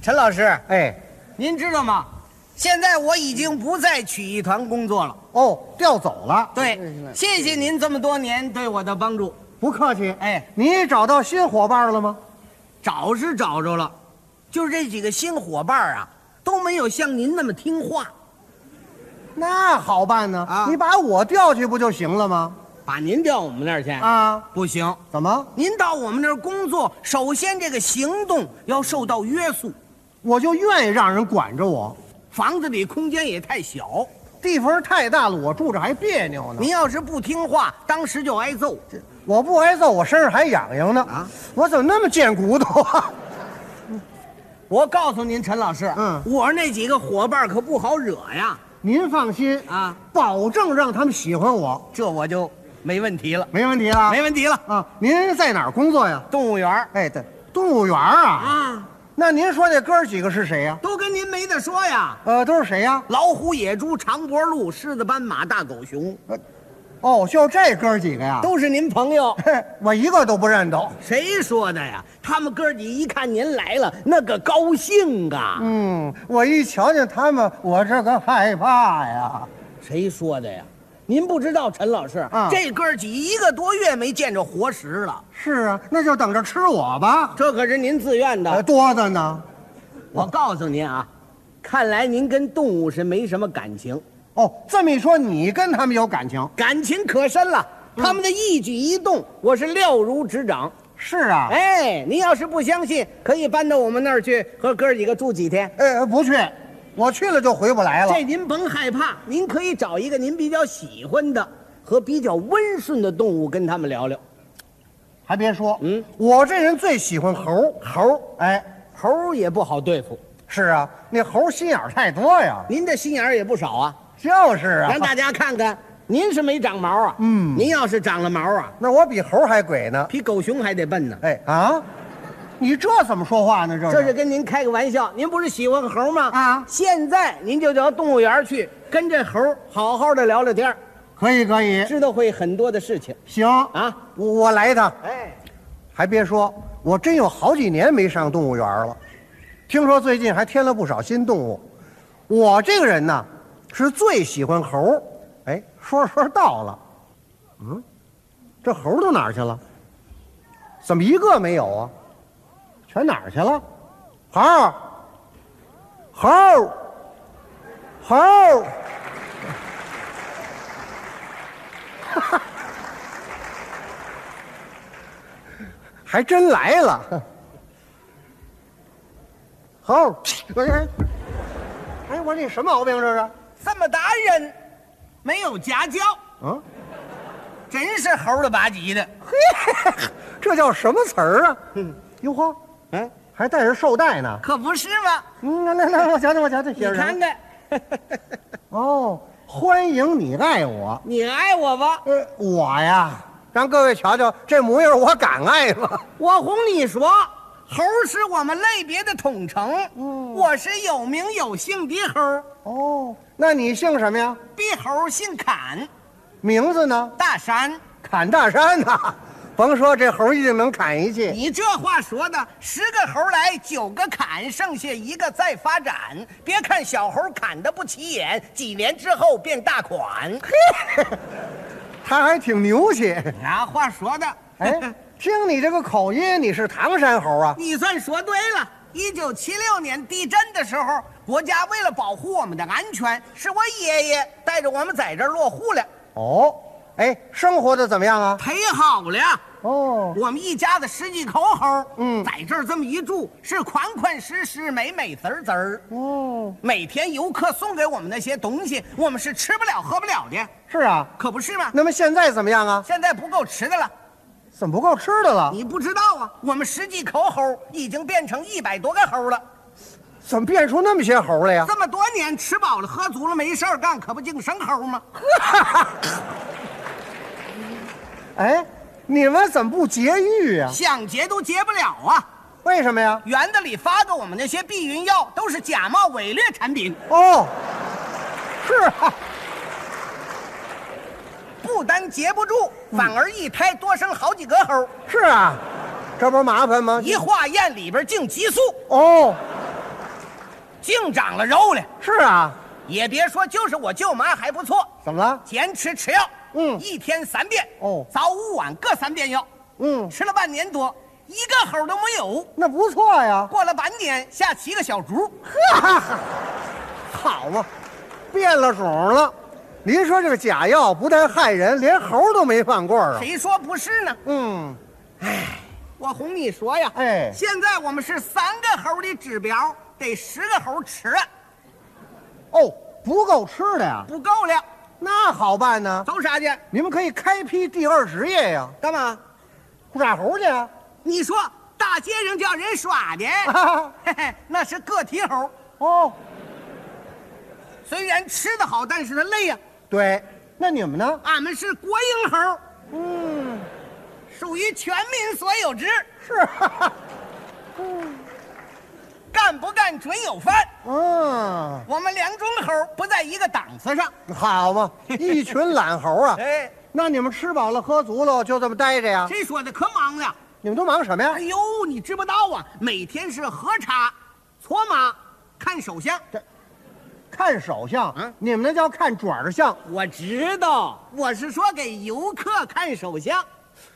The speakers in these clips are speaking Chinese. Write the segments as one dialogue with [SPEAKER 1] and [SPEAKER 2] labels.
[SPEAKER 1] 陈老师，
[SPEAKER 2] 哎，
[SPEAKER 1] 您知道吗？现在我已经不在曲艺团工作了。
[SPEAKER 2] 哦，调走了。
[SPEAKER 1] 对，谢谢您这么多年对我的帮助。
[SPEAKER 2] 不客气。
[SPEAKER 1] 哎，
[SPEAKER 2] 你找到新伙伴了吗？
[SPEAKER 1] 找是找着了，就是这几个新伙伴啊，都没有像您那么听话。
[SPEAKER 2] 那好办呢，
[SPEAKER 1] 啊
[SPEAKER 2] 你把我调去不就行了吗？
[SPEAKER 1] 把您调我们那儿去啊？
[SPEAKER 2] 啊，
[SPEAKER 1] 不行，
[SPEAKER 2] 怎么
[SPEAKER 1] 您到我们那儿工作，首先这个行动要受到约束，
[SPEAKER 2] 我就愿意让人管着我？
[SPEAKER 1] 房子里空间也太小。
[SPEAKER 2] 地方太大了，我住着还别扭呢。
[SPEAKER 1] 您要是不听话，当时就挨揍。
[SPEAKER 2] 我不挨揍，我身上还痒痒呢。
[SPEAKER 1] 啊
[SPEAKER 2] 我怎么那么贱骨头 啊？
[SPEAKER 1] 我告诉您，陈老师，
[SPEAKER 2] 嗯
[SPEAKER 1] 我那几个伙伴可不好惹呀。
[SPEAKER 2] 您放心
[SPEAKER 1] 啊，
[SPEAKER 2] 保证让他们喜欢我，
[SPEAKER 1] 这我就没问题了，
[SPEAKER 2] 没问题了。
[SPEAKER 1] 没问题了。
[SPEAKER 2] 啊，您在哪儿工作呀？
[SPEAKER 1] 动物园儿
[SPEAKER 2] 哎，对，动物园儿啊。
[SPEAKER 1] 啊，
[SPEAKER 2] 那您说这哥儿几个是谁呀？
[SPEAKER 1] 都跟您没得说呀。
[SPEAKER 2] 呃，都是谁呀？
[SPEAKER 1] 老虎、野猪、长脖鹿、狮子、斑马、大狗熊，
[SPEAKER 2] 哦，就这哥儿几个呀？
[SPEAKER 1] 都是您朋友。
[SPEAKER 2] 嘿我一个都不认得。
[SPEAKER 1] 谁说的呀？他们哥几一看您来了，那个高兴啊！
[SPEAKER 2] 嗯，我一瞧见他们，我这个害怕呀。
[SPEAKER 1] 谁说的呀？您不知道，陈老师，
[SPEAKER 2] 啊
[SPEAKER 1] 这哥几一个多月没见着活食了，
[SPEAKER 2] 是啊，那就等着吃我吧。
[SPEAKER 1] 这可是您自愿的。
[SPEAKER 2] 呃，多的呢。
[SPEAKER 1] 我告诉您啊，看来您跟动物是没什么感情，
[SPEAKER 2] 哦，这么一说，你跟他们有感情？
[SPEAKER 1] 感情可深了。
[SPEAKER 2] 嗯
[SPEAKER 1] 他们的一举一动，我是了如指掌。
[SPEAKER 2] 是啊。
[SPEAKER 1] 哎，您要是不相信，可以搬到我们那儿去，和哥几个住几天。
[SPEAKER 2] 呃，不去，我去了就回不来了。
[SPEAKER 1] 这您甭害怕，您可以找一个您比较喜欢的和比较温顺的动物跟他们聊聊。
[SPEAKER 2] 还别说，
[SPEAKER 1] 嗯，
[SPEAKER 2] 我这人最喜欢猴，猴，哎，
[SPEAKER 1] 猴儿也不好对付，
[SPEAKER 2] 是啊，那猴心眼儿太多呀。
[SPEAKER 1] 您这心眼儿也不少啊。
[SPEAKER 2] 就是啊
[SPEAKER 1] 让，大家看看，您是没长毛啊。
[SPEAKER 2] 嗯
[SPEAKER 1] 您要是长了毛啊，
[SPEAKER 2] 那我比猴还鬼呢。
[SPEAKER 1] 比狗熊还得笨呢。
[SPEAKER 2] 哎啊，你这怎么说话呢？这
[SPEAKER 1] 这是跟您开个玩笑，您不是喜欢猴吗？
[SPEAKER 2] 啊
[SPEAKER 1] 现在您就到动物园去跟这猴好好的聊聊天儿，
[SPEAKER 2] 可以可以，
[SPEAKER 1] 知道会很多的事情
[SPEAKER 2] 行，
[SPEAKER 1] 啊。
[SPEAKER 2] 我我来一趟。
[SPEAKER 1] 哎，
[SPEAKER 2] 还别说，我真有好几年没上动物园了。听说最近还添了不少新动物。我这个人呢，是最喜欢猴。哎，说着说着到了，嗯，这猴都哪儿去了？怎么一个没有啊？全哪儿去了？猴儿，猴儿，猴儿。还真来 了。猴，我这，哎，我这什么毛病这是？
[SPEAKER 1] 这么大人，没有家教，
[SPEAKER 2] 嗯，
[SPEAKER 1] 真是猴了吧唧的。
[SPEAKER 2] 嘿， 这叫什么词儿啊？嗯，哟呵，哎
[SPEAKER 1] 嗯，
[SPEAKER 2] 还带着绶带呢。
[SPEAKER 1] 可不是嘛。
[SPEAKER 2] 嗯，来来来，我瞧瞧，我瞧瞧，
[SPEAKER 1] 你
[SPEAKER 2] 写着什么
[SPEAKER 1] 看看，
[SPEAKER 2] 哦，欢迎你爱我。
[SPEAKER 1] 你爱我吧，
[SPEAKER 2] 呃，我呀，让各位瞧瞧这模样，我敢爱吗？
[SPEAKER 1] 我哄你说，猴是我们类别的统称。我是有名有姓的猴，
[SPEAKER 2] 哦，那你姓什么呀？
[SPEAKER 1] 比猴姓侃，
[SPEAKER 2] 名字呢？
[SPEAKER 1] 大山。
[SPEAKER 2] 砍大山呐、甭说这猴一定能砍一气。
[SPEAKER 1] 你这话说的，十个猴来九个砍，剩下一个再发展。别看小猴砍得不起眼，几年之后变大款。
[SPEAKER 2] 他还挺牛气。
[SPEAKER 1] 啊，话说的，
[SPEAKER 2] 哎，听你这个口音，你是唐山猴啊？
[SPEAKER 1] 你算说对了。一九七六年地震的时候，国家为了保护我们的安全，是我爷爷带着我们在这儿落户了，
[SPEAKER 2] 哦，哎，生活的怎么样啊？
[SPEAKER 1] 忒好了。
[SPEAKER 2] 哦，
[SPEAKER 1] 我们一家子十几口猴，
[SPEAKER 2] 嗯
[SPEAKER 1] 在这儿这么一住，是款款实实，美美滋儿滋儿。
[SPEAKER 2] 哦，
[SPEAKER 1] 每天游客送给我们那些东西，我们是吃不了喝不了的，
[SPEAKER 2] 是啊。
[SPEAKER 1] 可不是吗？
[SPEAKER 2] 那么现在怎么样啊？
[SPEAKER 1] 现在不够吃的了，
[SPEAKER 2] 怎么不够吃的了？
[SPEAKER 1] 你不知道啊，我们十几口猴已经变成一百多个猴了。
[SPEAKER 2] 怎么变出那么些猴来呀、
[SPEAKER 1] 这么多年吃饱了喝足了没事儿干，可不净生猴吗？
[SPEAKER 2] 哎，你们怎么不节育呀、
[SPEAKER 1] 想结都结不了啊！
[SPEAKER 2] 为什么呀？
[SPEAKER 1] 园子里发给我们那些避孕药都是假冒伪劣产品，
[SPEAKER 2] 哦，是啊，
[SPEAKER 1] 不单结不住，
[SPEAKER 2] 嗯
[SPEAKER 1] 反而一胎多生好几个猴，
[SPEAKER 2] 是啊，这不是麻烦吗？
[SPEAKER 1] 一化验里边净激素。
[SPEAKER 2] 哦，
[SPEAKER 1] 净长了肉了。
[SPEAKER 2] 是啊，
[SPEAKER 1] 也别说，就是我舅妈还不错，
[SPEAKER 2] 怎么了？
[SPEAKER 1] 减吃吃药，
[SPEAKER 2] 嗯
[SPEAKER 1] 一天三遍，
[SPEAKER 2] 哦
[SPEAKER 1] 早午晚各三遍药，
[SPEAKER 2] 嗯，
[SPEAKER 1] 吃了半年多，一个猴都没有。
[SPEAKER 2] 那不错呀。
[SPEAKER 1] 过了半年，下七个小猪，
[SPEAKER 2] 好嘛，变了种了。您说这个假药不但害人，连猴都没放过啊。
[SPEAKER 1] 谁说不是呢？哎
[SPEAKER 2] 嗯，
[SPEAKER 1] 我哄你说呀，
[SPEAKER 2] 哎
[SPEAKER 1] 现在我们是三个猴的指标，得十个猴吃了
[SPEAKER 2] 哦，不够吃的呀，
[SPEAKER 1] 不够了，
[SPEAKER 2] 那好办呢。
[SPEAKER 1] 走啥去？
[SPEAKER 2] 你们可以开辟第二职业呀，
[SPEAKER 1] 干嘛？
[SPEAKER 2] 耍猴去啊。
[SPEAKER 1] 你说大街上叫人耍的， 嘿嘿，那是个体猴，
[SPEAKER 2] 哦，
[SPEAKER 1] 虽然吃得好，但是它累呀、
[SPEAKER 2] 对，那你们呢？
[SPEAKER 1] 俺们是国营猴，
[SPEAKER 2] 嗯，
[SPEAKER 1] 属于全民所有制，
[SPEAKER 2] 是啊，
[SPEAKER 1] 干不干准有饭。
[SPEAKER 2] 嗯，
[SPEAKER 1] 我们两种猴不在一个档次上。
[SPEAKER 2] 好嘛，一群懒猴啊。
[SPEAKER 1] 哎，
[SPEAKER 2] 那你们吃饱了喝足了，就这么待着呀？
[SPEAKER 1] 这说的可忙了。
[SPEAKER 2] 你们都忙什么呀
[SPEAKER 1] 哎？呦，你知不道啊？每天是喝茶、搓麻、看手相。
[SPEAKER 2] 看手相，
[SPEAKER 1] 嗯
[SPEAKER 2] 你们那叫看爪儿相。
[SPEAKER 1] 我知道，我是说给游客看手相。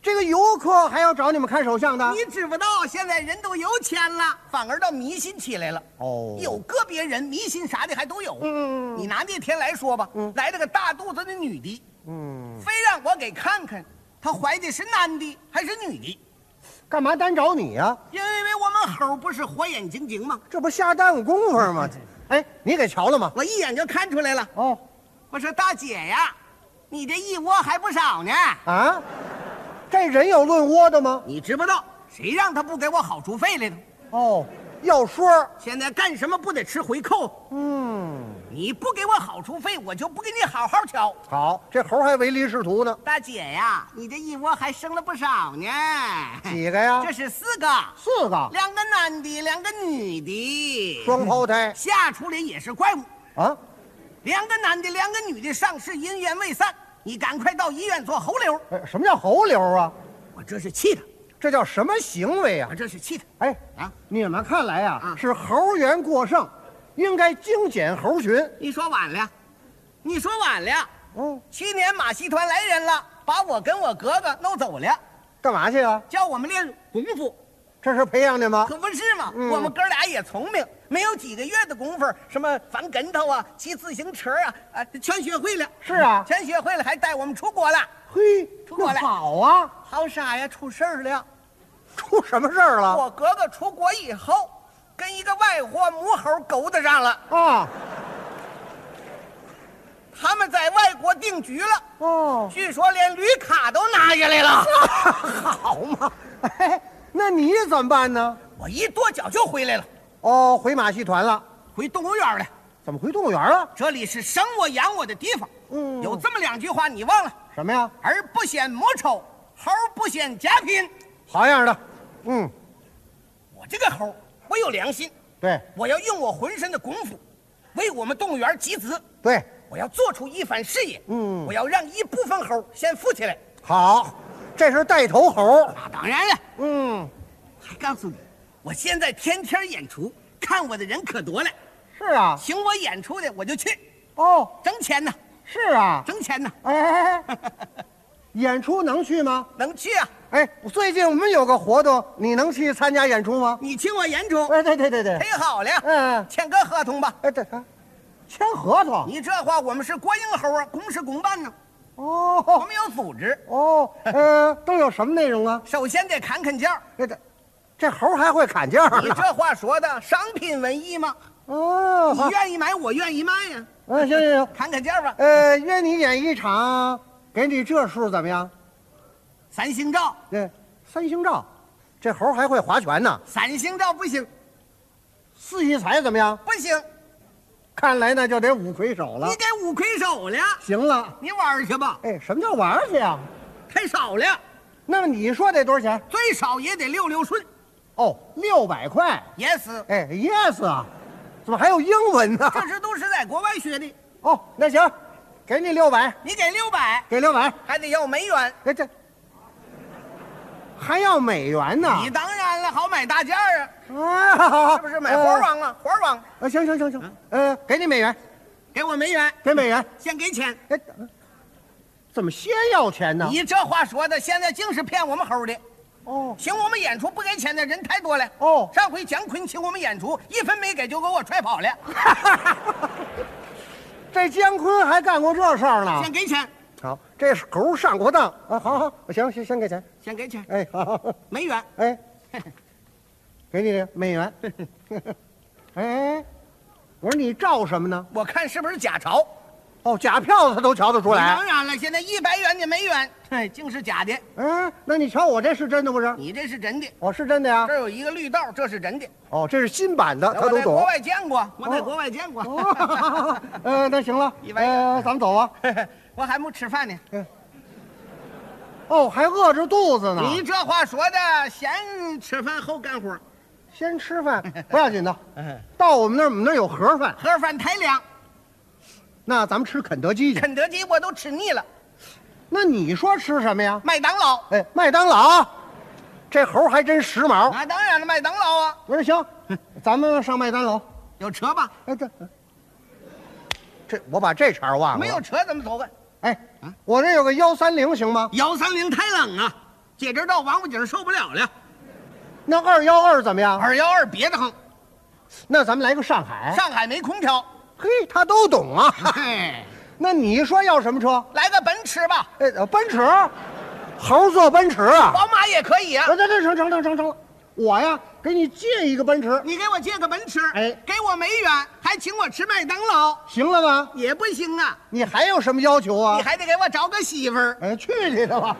[SPEAKER 2] 这个游客还要找你们看手相的？
[SPEAKER 1] 你知不道，现在人都有钱了，反而倒迷信起来了。
[SPEAKER 2] 哦
[SPEAKER 1] 有个别人迷信啥的还都有。
[SPEAKER 2] 嗯
[SPEAKER 1] 你拿那天来说吧，来了个大肚子的女的，
[SPEAKER 2] 嗯，
[SPEAKER 1] 非让我给看看，她怀的是男的还是女的？
[SPEAKER 2] 干嘛单找你呀、
[SPEAKER 1] 因为我们猴不是火眼金睛吗？
[SPEAKER 2] 这不瞎耽误功夫 吗？哎，你给瞧了吗？
[SPEAKER 1] 我一眼就看出来了。
[SPEAKER 2] 哦
[SPEAKER 1] 我说大姐呀，你这一窝还不少呢，
[SPEAKER 2] 啊，这人有论窝的吗？
[SPEAKER 1] 你知不道谁让他不给我好处费来的？
[SPEAKER 2] 哦，要说，
[SPEAKER 1] 现在干什么不得吃回扣？
[SPEAKER 2] 嗯，
[SPEAKER 1] 你不给我好处费，我就不给你好好瞧。
[SPEAKER 2] 好，这猴还唯利是图呢。
[SPEAKER 1] 大姐呀，你这一窝还生了不少呢。
[SPEAKER 2] 几个呀
[SPEAKER 1] 哎这？是四个，
[SPEAKER 2] 四个，
[SPEAKER 1] 两个男的，两个女的。
[SPEAKER 2] 双胞胎
[SPEAKER 1] 下出来也是怪物，
[SPEAKER 2] 啊？
[SPEAKER 1] 两个男的，两个女的上市姻缘未散，你赶快到医院做猴瘤。
[SPEAKER 2] 哎什么叫猴流啊？
[SPEAKER 1] 我这是气他，
[SPEAKER 2] 这叫什么行为啊
[SPEAKER 1] 我？这是气他
[SPEAKER 2] 哎，
[SPEAKER 1] 啊！
[SPEAKER 2] 你们看来呀、
[SPEAKER 1] 啊
[SPEAKER 2] 是猴源过剩，应该精简猴群。
[SPEAKER 1] 你说晚了，你说晚了。
[SPEAKER 2] 嗯，
[SPEAKER 1] 去年马戏团来人了，把我跟我哥哥弄走了，
[SPEAKER 2] 干嘛去啊？
[SPEAKER 1] 叫我们练功夫，
[SPEAKER 2] 这是培养的吗？
[SPEAKER 1] 可不是嘛。
[SPEAKER 2] 嗯
[SPEAKER 1] 我们哥俩也聪明，没有几个月的功夫，什么翻跟头啊、骑自行车啊，啊，全学会了。
[SPEAKER 2] 是啊
[SPEAKER 1] 全学会了，还带我们出国了。
[SPEAKER 2] 嘿，
[SPEAKER 1] 出国
[SPEAKER 2] 那
[SPEAKER 1] 了
[SPEAKER 2] 好啊。
[SPEAKER 1] 好傻呀，出事儿了。
[SPEAKER 2] 出什么事儿了？
[SPEAKER 1] 我哥哥出国以后，跟一个外国母猴勾搭上了，
[SPEAKER 2] 啊
[SPEAKER 1] 他们在外国定居了，
[SPEAKER 2] 哦，
[SPEAKER 1] 据说连绿卡都拿下来了。
[SPEAKER 2] 好嘛，哎，那你怎么办呢？
[SPEAKER 1] 我一跺脚就回来了，
[SPEAKER 2] 哦，回马戏团了，
[SPEAKER 1] 回动物园了。
[SPEAKER 2] 怎么回动物园了？
[SPEAKER 1] 这里是生我养我的地方。
[SPEAKER 2] 嗯
[SPEAKER 1] 有这么两句话你忘了：
[SPEAKER 2] 什么呀？
[SPEAKER 1] 儿不嫌母丑，猴不嫌家贫。
[SPEAKER 2] 好样的，嗯，
[SPEAKER 1] 我这个猴，我有良心，
[SPEAKER 2] 对
[SPEAKER 1] 我要用我浑身的功夫，为我们动物园集资。
[SPEAKER 2] 对，
[SPEAKER 1] 我要做出一番事业。
[SPEAKER 2] 嗯
[SPEAKER 1] 我要让一部分猴先富起来。
[SPEAKER 2] 好，这是带头猴，
[SPEAKER 1] 那当然了，
[SPEAKER 2] 嗯，
[SPEAKER 1] 还告诉你，我现在天天演出，看我的人可多了，
[SPEAKER 2] 是啊，
[SPEAKER 1] 请我演出的我就去，
[SPEAKER 2] 哦，
[SPEAKER 1] 挣钱呢，
[SPEAKER 2] 是啊，
[SPEAKER 1] 挣钱呢，
[SPEAKER 2] 哎哎哎，演出能去吗？
[SPEAKER 1] 能去啊！
[SPEAKER 2] 哎，最近我们有个活动，你能去参加演出吗？
[SPEAKER 1] 你请我演出，
[SPEAKER 2] 哎，对对对对，
[SPEAKER 1] 忒好了。
[SPEAKER 2] 嗯，
[SPEAKER 1] 签个合同吧。
[SPEAKER 2] 哎对，啊签合同，
[SPEAKER 1] 你这话我们是国营猴啊，公事公办呢，我
[SPEAKER 2] 哦
[SPEAKER 1] 们有组织。
[SPEAKER 2] 哦，呃，都有什么内容啊？哎
[SPEAKER 1] 首先得砍砍价，
[SPEAKER 2] 这这这猴还会砍价
[SPEAKER 1] 你
[SPEAKER 2] 呢？
[SPEAKER 1] 这话说的商品文艺吗？
[SPEAKER 2] 哦，
[SPEAKER 1] 你
[SPEAKER 2] 好，
[SPEAKER 1] 愿意买，我愿意卖呀、
[SPEAKER 2] 嗯，行行行，
[SPEAKER 1] 砍砍价吧。
[SPEAKER 2] 呃，约你演一场，给你这数怎么样？
[SPEAKER 1] 三星照，
[SPEAKER 2] 对，三星照，这猴还会划拳呢。
[SPEAKER 1] 三星照不行，
[SPEAKER 2] 四喜财怎么样？
[SPEAKER 1] 不行，
[SPEAKER 2] 看来那就得五魁首了
[SPEAKER 1] 你。给五魁首了，
[SPEAKER 2] 行了，
[SPEAKER 1] 你玩儿去吧，
[SPEAKER 2] 哎，什么叫玩儿去呀？
[SPEAKER 1] 太少了，
[SPEAKER 2] 那么你说得多少钱？
[SPEAKER 1] 最少也得六六顺。
[SPEAKER 2] 哦，六百块。
[SPEAKER 1] Yes，
[SPEAKER 2] 哎，yes 啊，怎么还有英文呢？
[SPEAKER 1] 这是都是在国外学的，
[SPEAKER 2] 哦，那行，给你六百，
[SPEAKER 1] 你给六百
[SPEAKER 2] 给六百。
[SPEAKER 1] 还得要美元，
[SPEAKER 2] 哎，这还要美元呢？
[SPEAKER 1] 你当然个好买大件儿啊，
[SPEAKER 2] 啊，好好，
[SPEAKER 1] 是不是买花
[SPEAKER 2] 吧？
[SPEAKER 1] 王啊？花王，
[SPEAKER 2] 呃，行行行行，呃，给你美元，
[SPEAKER 1] 给我美元，
[SPEAKER 2] 给美元。
[SPEAKER 1] 先给钱。
[SPEAKER 2] 哎，怎么先要钱呢？
[SPEAKER 1] 你这话说的，现在净是骗我们猴的。
[SPEAKER 2] 哦，
[SPEAKER 1] 行，我们演出不给钱的人太多了。
[SPEAKER 2] 哦
[SPEAKER 1] 上回姜昆请我们演出，一分没给就给我踹跑了。
[SPEAKER 2] 这姜昆还干过这事儿呢。
[SPEAKER 1] 先给钱，
[SPEAKER 2] 好，这是猴上过当啊！好好，行行，先给钱。
[SPEAKER 1] 先给钱，
[SPEAKER 2] 哎，好好，
[SPEAKER 1] 没元。
[SPEAKER 2] 哎，给你这美元。哎，我说你照什么呢？
[SPEAKER 1] 我看是不是假钞？
[SPEAKER 2] 哦，假票他都瞧得出来
[SPEAKER 1] 当。然了，现在一百元的没元，嘿，竟是假的。
[SPEAKER 2] 嗯，那你瞧我这是真的不是？
[SPEAKER 1] 你这是真的，
[SPEAKER 2] 我是真的呀
[SPEAKER 1] 这。儿有一个绿道，这是真的。
[SPEAKER 2] 哦，这是新版的，他
[SPEAKER 1] 我
[SPEAKER 2] 都
[SPEAKER 1] 在国
[SPEAKER 2] 懂。
[SPEAKER 1] 外见过，我在
[SPEAKER 2] 哦
[SPEAKER 1] 国外见过。
[SPEAKER 2] 哦，呃，那行了，呃，咱们走吧。
[SPEAKER 1] 我还没吃饭呢。
[SPEAKER 2] 哦，还饿着肚子呢。
[SPEAKER 1] 你这话说的，先吃饭后干活，
[SPEAKER 2] 先吃 饭不要紧的，到我们那儿，我们那儿有盒饭，
[SPEAKER 1] 盒饭太凉，
[SPEAKER 2] 那咱们吃肯德基去。
[SPEAKER 1] 肯德基我都吃腻了，
[SPEAKER 2] 那你说吃什么呀？
[SPEAKER 1] 麦当劳
[SPEAKER 2] 哎，麦当劳，这猴还真时髦。
[SPEAKER 1] 啊，当然了，麦当劳啊，
[SPEAKER 2] 我说 行，咱们上麦当劳。
[SPEAKER 1] 有车吧？
[SPEAKER 2] 哎，这这我把这茬忘了。
[SPEAKER 1] 没有。车怎么走啊？
[SPEAKER 2] 哎，我这有个幺三零行吗？
[SPEAKER 1] 幺三零太冷啊，姐这到王府井受不了了。
[SPEAKER 2] 那二幺二怎么样？
[SPEAKER 1] 二幺二别的慌，
[SPEAKER 2] 那咱们来个啊上海。
[SPEAKER 1] 上海没空调。
[SPEAKER 2] 嘿，他都懂啊。
[SPEAKER 1] 嘿，
[SPEAKER 2] 那你说要什么车？
[SPEAKER 1] 来个奔驰吧，
[SPEAKER 2] 哎，呃奔驰，猴坐奔驰啊。
[SPEAKER 1] 宝马也可以啊。
[SPEAKER 2] 那那那成成成成成了，我呀给你借一个奔驰，
[SPEAKER 1] 你给我借个奔驰，
[SPEAKER 2] 哎
[SPEAKER 1] 给我美元，还请我吃麦当劳，
[SPEAKER 2] 行了吧？
[SPEAKER 1] 也不行啊，
[SPEAKER 2] 你还有什么要求啊
[SPEAKER 1] 哦你？还得给我找个媳妇儿。
[SPEAKER 2] 哎，去你的吧！